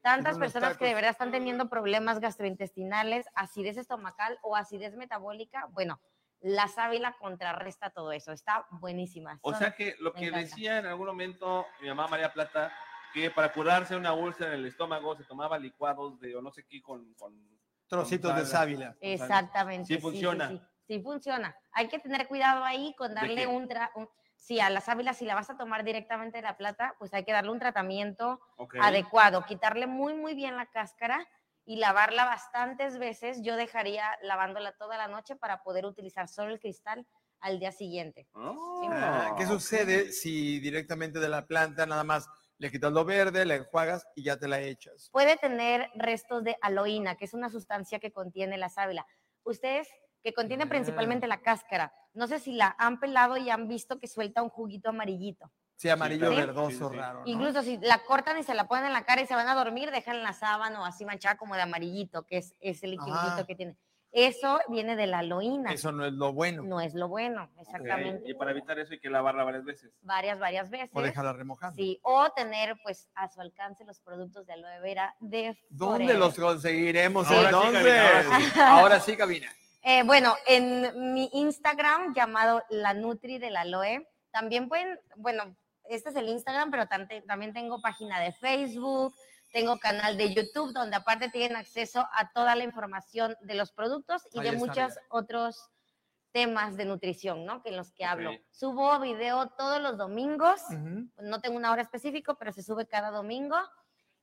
Speaker 4: tantas
Speaker 3: Unos
Speaker 4: personas que de
Speaker 3: tacos.
Speaker 4: verdad están teniendo problemas gastrointestinales, acidez estomacal o acidez metabólica, bueno, la sábila contrarresta todo eso. Está buenísima.
Speaker 2: O
Speaker 4: Son-
Speaker 2: sea que lo
Speaker 4: Me
Speaker 2: que
Speaker 4: encanta.
Speaker 2: decía en algún momento mi mamá María Plata, que para curarse una úlcera en el estómago se tomaba licuados de o no sé qué con... con-
Speaker 3: Trocitos de sábila.
Speaker 4: Exactamente.
Speaker 2: Sí funciona.
Speaker 4: Sí, sí. Sí funciona. Hay que tener cuidado ahí con
Speaker 2: ¿De
Speaker 4: darle
Speaker 2: qué?
Speaker 4: un, tra un- Sí, a la sábila, si la vas a tomar directamente de la plata, pues hay que darle un tratamiento
Speaker 2: Ok.
Speaker 4: adecuado, quitarle muy, muy bien la cáscara y lavarla bastantes veces. Yo dejaría lavándola toda la noche para poder utilizar solo el cristal al día siguiente.
Speaker 3: Ah,
Speaker 2: Ah,
Speaker 3: ¿Qué sucede si directamente de la planta nada más le quitas lo verde, la enjuagas y ya te la echas?
Speaker 4: Puede tener restos de aloína, que es una sustancia que contiene la sábila. Ustedes, que contiene
Speaker 3: Ah.
Speaker 4: principalmente la cáscara, no sé si la han pelado y han visto que suelta un juguito amarillito.
Speaker 3: Sí, amarillo
Speaker 2: claro.
Speaker 3: verdoso
Speaker 2: Sí, sí.
Speaker 3: raro. ¿no?
Speaker 4: Incluso si la cortan y se la ponen en la cara y se van a dormir, dejan la sábana o así manchada como de amarillito, que es ese liquidito
Speaker 3: Ajá.
Speaker 4: que tiene. Eso viene de la aloína.
Speaker 3: Ah. Eso no es lo bueno.
Speaker 4: No es lo bueno,
Speaker 2: ok.
Speaker 4: exactamente.
Speaker 2: Y para evitar eso hay que lavarla varias veces.
Speaker 4: Varias, varias veces.
Speaker 3: O déjala remojando.
Speaker 4: Sí, o tener pues a su alcance los productos de aloe vera de
Speaker 3: ¿Dónde
Speaker 4: Forever.
Speaker 3: los conseguiremos
Speaker 2: Ahora sí,
Speaker 3: entonces?
Speaker 2: Karina, ahora
Speaker 3: ahora sí, cabina.
Speaker 4: Eh, bueno, en mi Instagram llamado La Nutri del Aloe, también pueden, bueno, este es el Instagram, pero tante- también tengo página de Facebook, tengo canal de YouTube, donde aparte tienen acceso a toda la información de los productos y
Speaker 3: Ahí
Speaker 4: de
Speaker 3: está,
Speaker 4: muchos
Speaker 3: mira.
Speaker 4: otros temas de nutrición, ¿no? Que en los que hablo.
Speaker 2: Ok.
Speaker 4: Subo video todos los domingos
Speaker 2: [laughs]
Speaker 4: no tengo una hora específica, pero se sube cada domingo.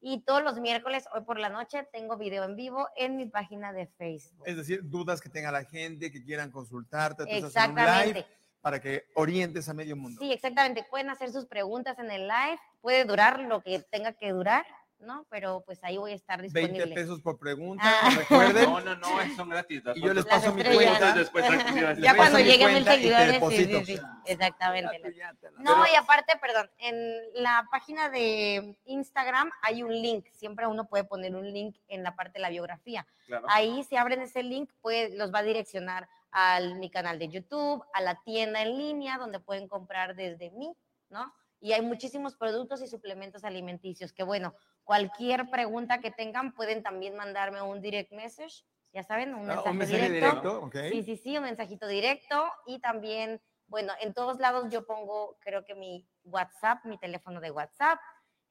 Speaker 4: Y todos los miércoles, hoy por la noche, tengo video en vivo en mi página de Facebook.
Speaker 3: Es decir, dudas que tenga la gente, que quieran consultarte, tú estás en un
Speaker 4: Exactamente.
Speaker 3: live para que orientes a medio mundo.
Speaker 4: Sí, exactamente. Pueden hacer sus preguntas en el live. Puede durar lo que tenga que durar, ¿no? Pero pues ahí voy a estar
Speaker 3: 20
Speaker 4: disponible.
Speaker 3: pesos por pregunta,
Speaker 4: Ah. [laughs]
Speaker 3: recuerden.
Speaker 2: No, no, no, esas son gratis. las
Speaker 3: Y yo les
Speaker 2: otras-
Speaker 3: paso mi
Speaker 4: estrellas.
Speaker 3: cuenta.
Speaker 2: Después, tranquilo, les
Speaker 4: Ya
Speaker 2: paso
Speaker 4: cuando
Speaker 2: mi
Speaker 4: llegue a
Speaker 3: cuenta y
Speaker 4: mil
Speaker 3: te
Speaker 4: seguidores, sí, sí,
Speaker 3: deposito.
Speaker 4: sí, exactamente.
Speaker 3: Ya te la-
Speaker 4: No,
Speaker 3: Pero-
Speaker 4: y aparte, perdón, en la página de Instagram hay un link. Siempre uno puede poner un link en la parte de la biografía.
Speaker 2: Claro.
Speaker 4: Ahí si abren ese link, pues los va a direccionar a mi canal de YouTube, a la tienda en línea donde pueden comprar desde mí, ¿no? Y hay muchísimos productos y suplementos alimenticios que bueno, cualquier pregunta que tengan pueden también mandarme un direct message, ya saben, un
Speaker 3: Ah,
Speaker 4: mensaje,
Speaker 3: un mensaje
Speaker 4: directo.
Speaker 3: directo, ok.
Speaker 4: Sí, sí, sí, un mensajito directo y también Bueno, en todos lados yo pongo, creo que mi WhatsApp, mi teléfono de WhatsApp.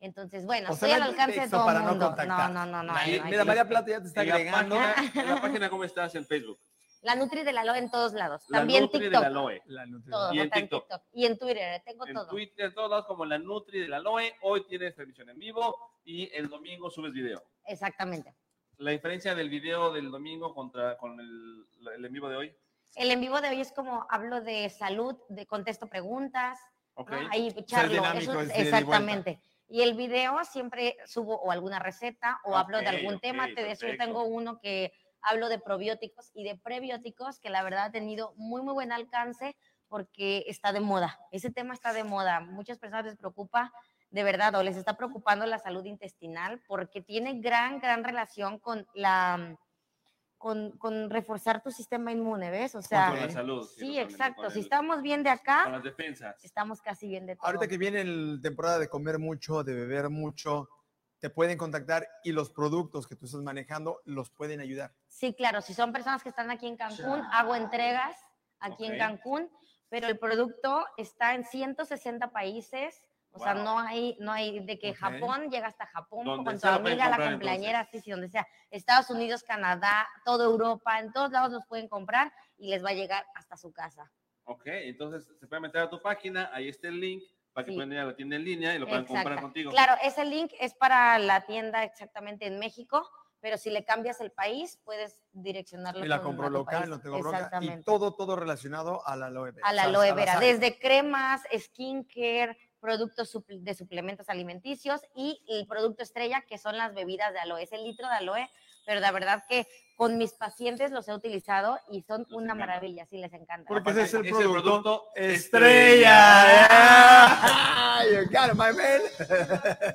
Speaker 4: Entonces, bueno,
Speaker 3: O sea,
Speaker 4: estoy al
Speaker 3: no hay
Speaker 4: alcance de
Speaker 3: pretexto
Speaker 4: todo el
Speaker 3: para no
Speaker 4: mundo. No,
Speaker 3: contactar.
Speaker 4: no, no, no.
Speaker 2: Nadie-
Speaker 4: no hay
Speaker 3: Mira,
Speaker 4: pretexto.
Speaker 3: María Plata ya te está
Speaker 2: En la
Speaker 3: agregando.
Speaker 2: página- en la página, ¿cómo estás? En Facebook.
Speaker 4: La Nutri de la Loe en todos lados.
Speaker 2: La
Speaker 4: También
Speaker 2: Nutri
Speaker 4: TikTok.
Speaker 2: de la Loe.
Speaker 3: La nutrición.
Speaker 4: Todo,
Speaker 2: Y en
Speaker 4: nota en
Speaker 2: TikTok.
Speaker 4: TikTok. Y en Twitter, eh, tengo
Speaker 2: En
Speaker 4: todo.
Speaker 2: Twitter, en todos lados, como la Nutri de la Loe. Hoy tienes transmisión en vivo y el domingo subes video.
Speaker 4: Exactamente.
Speaker 2: La diferencia del video del domingo contra con el, el en vivo de hoy.
Speaker 4: El en vivo de hoy es como hablo de salud, de contesto preguntas,
Speaker 2: Ok.
Speaker 4: ¿no? ahí charlo.
Speaker 3: dinámico,
Speaker 4: pues,
Speaker 3: es
Speaker 4: eso es-
Speaker 3: de ida y vuelta.
Speaker 4: exactamente. Y el video siempre subo o alguna receta o hablo
Speaker 2: Ok,
Speaker 4: de algún
Speaker 2: ok,
Speaker 4: tema. Te de hecho,
Speaker 2: perfecto.
Speaker 4: tengo uno que hablo de probióticos y de prebióticos que la verdad ha tenido muy, muy buen alcance porque está de moda. Ese tema está de moda. Muchas personas les preocupa de verdad o les está preocupando la salud intestinal porque tiene gran, gran relación con la... mm, Con, con reforzar tu sistema inmune, ¿ves? O sea,
Speaker 2: Con la salud.
Speaker 4: Sí,
Speaker 2: con el-
Speaker 4: exacto.
Speaker 2: con
Speaker 4: si
Speaker 2: el-
Speaker 4: estamos bien de acá,
Speaker 2: Con las defensas.
Speaker 4: estamos casi bien de todo.
Speaker 3: Ahorita que viene la temporada de comer mucho, de beber mucho, te pueden contactar y los productos que tú estás manejando los pueden ayudar.
Speaker 4: Sí, claro, si son personas que están aquí en Cancún, hago entregas aquí
Speaker 2: Ok.
Speaker 4: en Cancún, pero el producto está en 160 países. O sea,
Speaker 2: Wow.
Speaker 4: no hay, no hay de que
Speaker 3: Ok.
Speaker 4: Japón llega hasta Japón
Speaker 2: Donde
Speaker 4: con tu
Speaker 2: sea lo pueden
Speaker 4: amiga, la
Speaker 2: comprar,
Speaker 4: cumpleañera, sí, sí, donde sea. Estados Unidos, Canadá, toda Europa, en todos lados los pueden comprar y les va a llegar hasta su casa.
Speaker 2: Ok, entonces se puede meter a tu página, ahí está el link para que
Speaker 4: Sí.
Speaker 2: puedan ir a la tienda en línea y lo puedan comprar
Speaker 4: Exacta.
Speaker 2: contigo.
Speaker 4: Claro, ese link es para la tienda exactamente en México, pero si le cambias el país, puedes direccionarlo.
Speaker 3: Y la
Speaker 4: con
Speaker 3: compro
Speaker 4: a tu
Speaker 3: local,
Speaker 4: país.
Speaker 3: no tengo bronca. Y
Speaker 4: Exactamente.
Speaker 3: todo, todo relacionado a la aloe vera.
Speaker 4: a la
Speaker 3: O sea,
Speaker 4: aloe vera,
Speaker 3: sal.
Speaker 4: desde cremas, skincare, productos suple- de suplementos alimenticios y el producto estrella que son las bebidas de aloe, es el litro de aloe, pero la verdad que con mis pacientes los he utilizado y son
Speaker 2: Los
Speaker 4: una
Speaker 2: encanta.
Speaker 4: maravilla, sí les encanta.
Speaker 3: Porque ese es el
Speaker 2: Ese
Speaker 3: producto,
Speaker 2: estrella.
Speaker 3: [laughs] estrella. You got it, my man.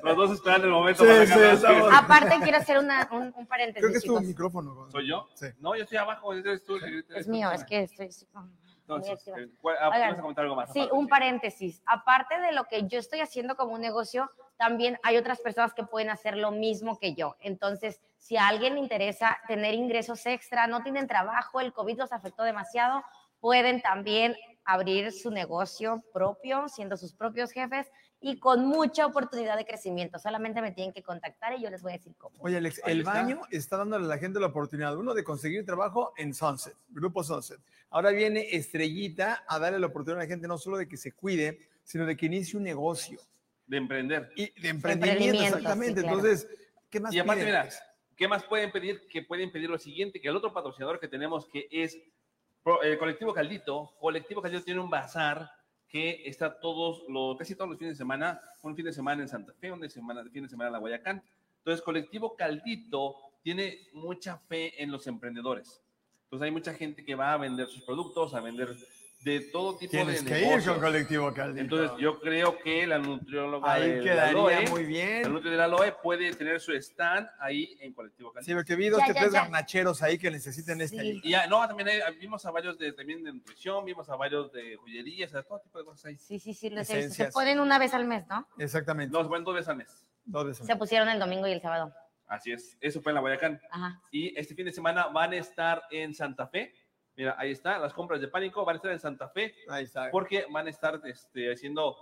Speaker 2: Los dos esperan el momento.
Speaker 3: [laughs] Sí,
Speaker 2: para
Speaker 3: sí,
Speaker 2: agarrar.
Speaker 3: estamos-
Speaker 4: Aparte quiero hacer una- un, un
Speaker 3: Creo que
Speaker 4: paréntesis,
Speaker 3: es tu
Speaker 4: chicos.
Speaker 3: micrófono. Gonzalo.
Speaker 2: ¿Soy yo?
Speaker 3: Sí.
Speaker 2: No, yo estoy abajo. eres tú el que grita,
Speaker 4: Es
Speaker 2: tú.
Speaker 4: mío, es que estoy... así como-
Speaker 2: Entonces,
Speaker 4: muy
Speaker 2: eh, ¿cuál- ah,
Speaker 4: Oigan,
Speaker 2: ¿vas a comentar algo más?
Speaker 4: Sí,
Speaker 2: aparte?
Speaker 4: un paréntesis. Aparte de lo que yo estoy haciendo como un negocio, también hay otras personas que pueden hacer lo mismo que yo. Entonces, si a alguien le interesa tener ingresos extra, no tienen trabajo, el COVID los afectó demasiado, pueden también abrir su negocio propio, siendo sus propios jefes y con mucha oportunidad de crecimiento. Solamente me tienen que contactar y yo les voy a decir cómo.
Speaker 3: Oye, Alex,
Speaker 2: Ahí
Speaker 3: el
Speaker 2: está.
Speaker 3: baño está dándole a la gente la oportunidad, uno, de conseguir trabajo en Sunset, Grupo Sunset. Ahora viene Estrellita a darle la oportunidad a la gente no solo de que se cuide, sino de que inicie un negocio
Speaker 2: De emprender.
Speaker 3: y de emprendimiento,
Speaker 4: Emprendimiento,
Speaker 3: exactamente.
Speaker 4: sí, claro.
Speaker 3: Entonces, ¿qué más
Speaker 2: Y aparte,
Speaker 3: piden,
Speaker 2: mira,
Speaker 3: Alex?
Speaker 2: ¿Qué más pueden pedir? Que pueden pedir lo siguiente, que el otro patrocinador que tenemos que es Pro- eh, Colectivo Caldito. Colectivo Caldito tiene un bazar que está todos los, casi todos los fines de semana, un fin de semana en Santa Fe, un de semana, fin de semana en la Guayacán. Entonces, Colectivo Caldito tiene mucha fe en los emprendedores. Entonces, hay mucha gente que va a vender sus productos, a vender de todo tipo
Speaker 3: Tienes
Speaker 2: de
Speaker 3: que ir
Speaker 2: negocios.
Speaker 3: con Colectivo Caldito.
Speaker 2: Entonces, yo creo que la nutrióloga
Speaker 3: Ahí
Speaker 2: de la
Speaker 3: quedaría
Speaker 2: Loe,
Speaker 3: muy
Speaker 2: la
Speaker 3: bien.
Speaker 2: nutri de la Loe puede tener su stand ahí en Colectivo Caldito.
Speaker 3: Sí, porque vi dos
Speaker 4: Ya,
Speaker 3: que
Speaker 4: ya,
Speaker 3: tres
Speaker 4: ya.
Speaker 3: garnacheros ahí que necesiten este.
Speaker 4: Sí.
Speaker 2: Y ya, no, también hay- vimos a varios de, también de nutrición, vimos a varios de joyerías, o sea, todo tipo de cosas ahí.
Speaker 4: Sí, sí, sí, los he visto. Se
Speaker 3: Esencias.
Speaker 4: ponen una vez al mes, ¿no?
Speaker 3: Exactamente.
Speaker 2: Nos van dos veces al mes.
Speaker 3: Dos de
Speaker 4: Se pusieron el domingo y el sábado.
Speaker 2: Así es. Eso fue en la Guayacán.
Speaker 4: Ajá.
Speaker 2: Y este fin de semana van a estar en Santa Fe. Mira, ahí está, las compras de pánico van a estar en Santa Fe
Speaker 3: Ahí está.
Speaker 2: porque van a estar este, haciendo.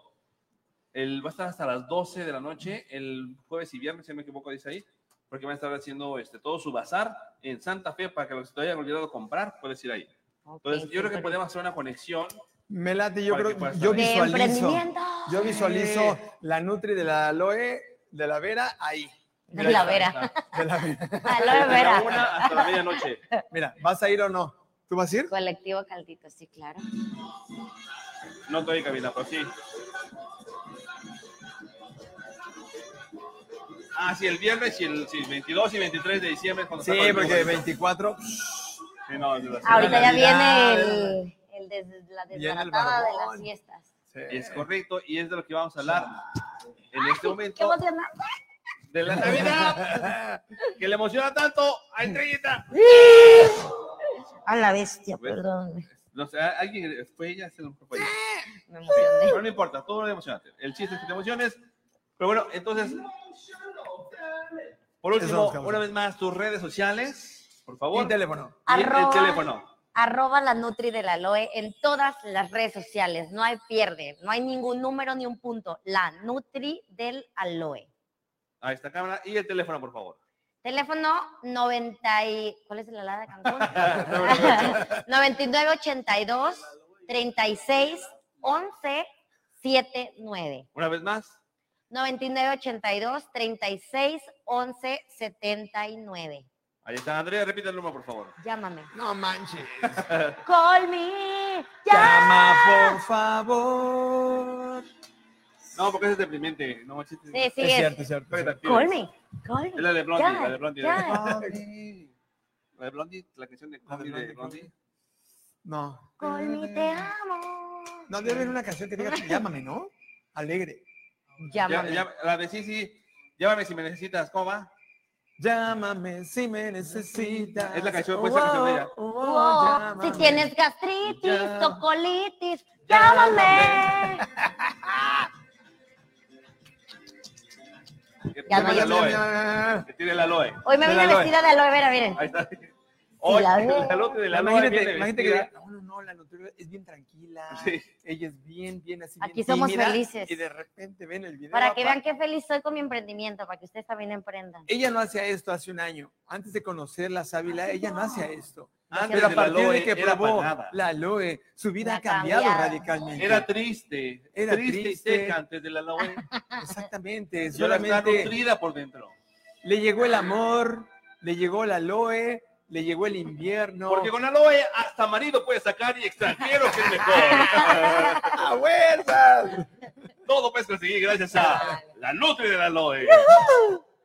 Speaker 2: El, va a estar hasta las 12 de la noche, el jueves y viernes, si no me equivoco, dice ahí, porque van a estar haciendo este, todo su bazar en Santa Fe para que los que te hayan olvidado comprar, puedes ir ahí. Entonces, Pues, yo creo que podemos hacer una conexión
Speaker 3: Me late, yo
Speaker 2: Para que
Speaker 3: creo,
Speaker 2: puedas
Speaker 3: yo
Speaker 2: saber.
Speaker 4: De
Speaker 3: visualizo.
Speaker 4: emprendimiento.
Speaker 3: Yo visualizo la Nutri de la Aloe de la Vera ahí.
Speaker 4: De la vera.
Speaker 3: De la Vera.
Speaker 4: [laughs] Aloe
Speaker 2: Desde la
Speaker 4: vera.
Speaker 2: una hasta la medianoche.
Speaker 3: Mira, ¿vas a ir o no? ¿Tú vas a ir?
Speaker 4: Colectivo Caldito, sí, claro.
Speaker 2: No estoy en cabina, pero sí. Ah, sí, el viernes y el sí, 22 y 23 de diciembre. cuando
Speaker 3: Sí,
Speaker 2: salga el
Speaker 3: porque
Speaker 2: video.
Speaker 3: 24
Speaker 2: Sí, no, es verdad.
Speaker 4: Ahorita ya
Speaker 3: Navidad,
Speaker 4: viene el, el des- la
Speaker 3: Viene el
Speaker 4: desbaratada de las
Speaker 3: barbón.
Speaker 4: fiestas.
Speaker 3: sí.
Speaker 2: Es correcto y es de lo que vamos a hablar en este
Speaker 4: ¡Qué
Speaker 2: momento
Speaker 4: emocionante!
Speaker 2: de la Navidad [laughs] que le emociona tanto a Estrellita.
Speaker 4: A la bestia,
Speaker 2: ¿Ves?
Speaker 4: perdón.
Speaker 2: No sé, alguien fue ella, se lo fue ella.
Speaker 4: Me emocioné.
Speaker 2: Pero no importa, todo lo emocionante. El chiste es que te emociones. Pero bueno, entonces, por
Speaker 3: Eso nos
Speaker 2: último,
Speaker 3: causa.
Speaker 2: una vez más, tus redes sociales, por favor.
Speaker 3: Y teléfono.
Speaker 2: Y el
Speaker 4: Arroba.
Speaker 2: teléfono.
Speaker 4: arroba la Nutri de la Loe en todas las redes sociales. No hay pierde, no hay ningún número ni un punto. La Nutri del Aloe.
Speaker 2: A esta cámara y el teléfono, por favor.
Speaker 4: Teléfono 90 y... ¿Cuál es el ala
Speaker 2: [laughs]
Speaker 4: de Cancún? 9982 36 11 79.
Speaker 2: Una vez más,
Speaker 4: 9982 36 11 79.
Speaker 2: ahí está. Andrea, repite el número, por favor.
Speaker 4: Llámame.
Speaker 1: No manches.
Speaker 4: Call me.
Speaker 3: Llama, por favor.
Speaker 2: No, porque ese es deprimente. No, chiste.
Speaker 4: Sí, sí,
Speaker 3: Es
Speaker 4: es.
Speaker 3: cierto, es cierto. es cierto.
Speaker 4: Call me. Call
Speaker 2: Es
Speaker 4: me.
Speaker 2: la de Blondie,
Speaker 4: Ya,
Speaker 2: la de Blondie.
Speaker 4: ya.
Speaker 2: La
Speaker 3: [laughs] Ay,
Speaker 2: de Blondie, la canción de
Speaker 3: La de
Speaker 2: Blondie de
Speaker 3: Blondie,
Speaker 2: Blondie.
Speaker 3: No.
Speaker 4: Call me, te amo.
Speaker 3: No, debe haber una canción que
Speaker 4: [laughs]
Speaker 3: diga llámame, ¿no? Alegre.
Speaker 2: Ya-
Speaker 4: Llámame.
Speaker 2: ya- La de sí, sí. Llámame si me necesitas, ¿cómo va?
Speaker 3: Llámame si me necesitas.
Speaker 2: Es la canción puesta que se oye.
Speaker 4: Wow,
Speaker 3: Oh, llámame.
Speaker 4: Oh, si tienes gastritis
Speaker 3: Ya.
Speaker 4: o colitis,
Speaker 3: Llámame.
Speaker 4: llámame.
Speaker 2: Que
Speaker 4: Ya
Speaker 2: tiene
Speaker 4: no,
Speaker 2: la
Speaker 4: ya
Speaker 2: Loe,
Speaker 3: Imagínate,
Speaker 2: Que tiene la Loe.
Speaker 4: Hoy me
Speaker 3: De
Speaker 4: vine
Speaker 3: la Loe.
Speaker 4: vestida de aloe vera, miren.
Speaker 2: Ahí está. Oye,
Speaker 4: la veo.
Speaker 2: la Lote de la Loe. viene
Speaker 3: imagínate que
Speaker 2: vestida.
Speaker 3: diga, no, no, no, la nutrióloga es bien tranquila.
Speaker 2: Sí.
Speaker 3: Ella es bien, bien así.
Speaker 4: Aquí
Speaker 3: bien
Speaker 4: somos
Speaker 3: tímida,
Speaker 4: felices.
Speaker 3: Y de repente ven el video.
Speaker 4: Para que
Speaker 3: papá.
Speaker 4: vean qué feliz soy con mi emprendimiento, para que ustedes también emprendan.
Speaker 3: Ella no hacía esto hace un año. Antes de conocer la sábila, ella no hacía esto.
Speaker 2: Antes
Speaker 3: Pero a
Speaker 2: de la
Speaker 3: partir
Speaker 2: Loe
Speaker 3: de que
Speaker 2: era
Speaker 3: probó
Speaker 2: panada.
Speaker 3: la aloe, su vida
Speaker 4: Ha
Speaker 3: ha cambiado
Speaker 4: cambiado.
Speaker 3: radicalmente.
Speaker 2: Era triste. triste,
Speaker 3: Era
Speaker 2: Ah, y
Speaker 3: triste.
Speaker 2: seca antes de la Loe.
Speaker 4: Ah,
Speaker 3: Exactamente.
Speaker 2: Y ahora está
Speaker 3: Solamente
Speaker 2: nutrida por dentro.
Speaker 3: le llegó el amor, le llegó la aloe, le llegó el invierno.
Speaker 2: Porque con Aloe hasta marido puede sacar y extranjero que es [laughs] mejor.
Speaker 3: ¡Ah, huertas!
Speaker 2: Todo puedes conseguir gracias a la Nutri de la Aloe.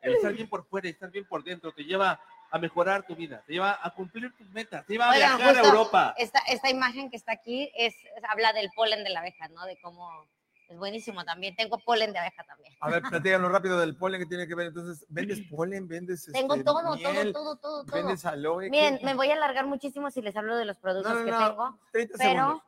Speaker 2: El estar bien por fuera y estar bien por dentro te lleva a mejorar tu vida, te lleva a cumplir tus metas, te lleva a
Speaker 4: Oigan,
Speaker 2: viajar a
Speaker 4: justo-
Speaker 2: Europa.
Speaker 4: Esta, esta imagen que está aquí es, es- habla del polen de la abeja, ¿no? De cómo es buenísimo también. Tengo polen de abeja también.
Speaker 3: A ver, platícanos rápido del polen que tiene que ver. Entonces, ¿vendes polen? ¿Vendes
Speaker 4: Tengo
Speaker 3: este,
Speaker 4: todo,
Speaker 3: miel?
Speaker 4: todo, todo, todo, todo.
Speaker 3: ¿Vendes aloe?
Speaker 4: Miren,
Speaker 3: ¿Qué-
Speaker 4: me voy a alargar muchísimo si les hablo de los productos
Speaker 3: No, no,
Speaker 4: que
Speaker 3: no,
Speaker 4: tengo,
Speaker 3: 30
Speaker 4: pero
Speaker 3: segundos.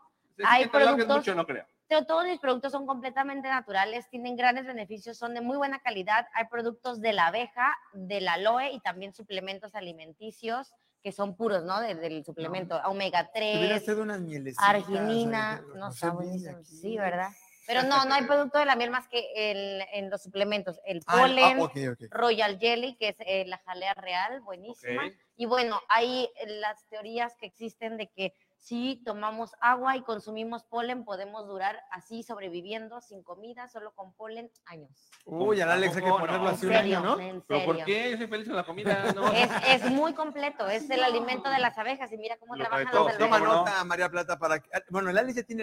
Speaker 4: hay
Speaker 2: que te alojes
Speaker 4: productos-
Speaker 2: mucho, no creo.
Speaker 4: Pero todos mis productos son completamente naturales, tienen grandes beneficios, son de muy buena calidad. Hay productos de la abeja, del aloe y también suplementos alimenticios que son puros, ¿no? De- del suplemento omega
Speaker 3: Tuviera
Speaker 4: 3,
Speaker 3: usted unas mielecitas.
Speaker 4: eh, arginina,
Speaker 3: oye,
Speaker 4: no
Speaker 3: se
Speaker 4: está
Speaker 3: mide
Speaker 4: buenísimo.
Speaker 3: aquí.
Speaker 4: Sí, ¿verdad? Pero no, no hay producto de la miel más que el- en los suplementos, el
Speaker 3: Ah, el- ah,
Speaker 4: polen,
Speaker 3: ok, ok.
Speaker 4: Royal Jelly, que es eh, la jalea real, buenísima.
Speaker 2: Ok.
Speaker 4: Y bueno, hay eh, las teorías que existen de que si tomamos agua y consumimos polen, podemos durar así sobreviviendo sin comida, solo con polen, años.
Speaker 3: Uy, al Alex hay que
Speaker 2: Tampoco,
Speaker 3: ponerlo
Speaker 2: no.
Speaker 3: así
Speaker 4: en
Speaker 3: un
Speaker 4: serio,
Speaker 3: año, ¿no?
Speaker 4: en
Speaker 2: ¿Pero por
Speaker 4: serio.
Speaker 2: qué? Yo soy feliz con la
Speaker 4: [laughs]
Speaker 2: comida. No,
Speaker 4: Es, es muy completo, es el alimento de las abejas y mira cómo
Speaker 2: Lo trae
Speaker 4: trabajan
Speaker 2: todo,
Speaker 4: las
Speaker 2: toma
Speaker 3: Toma
Speaker 4: abejas.
Speaker 2: ¿Cómo no?
Speaker 3: nota, María Plata, para que... ah, Bueno, el Alex ya tiene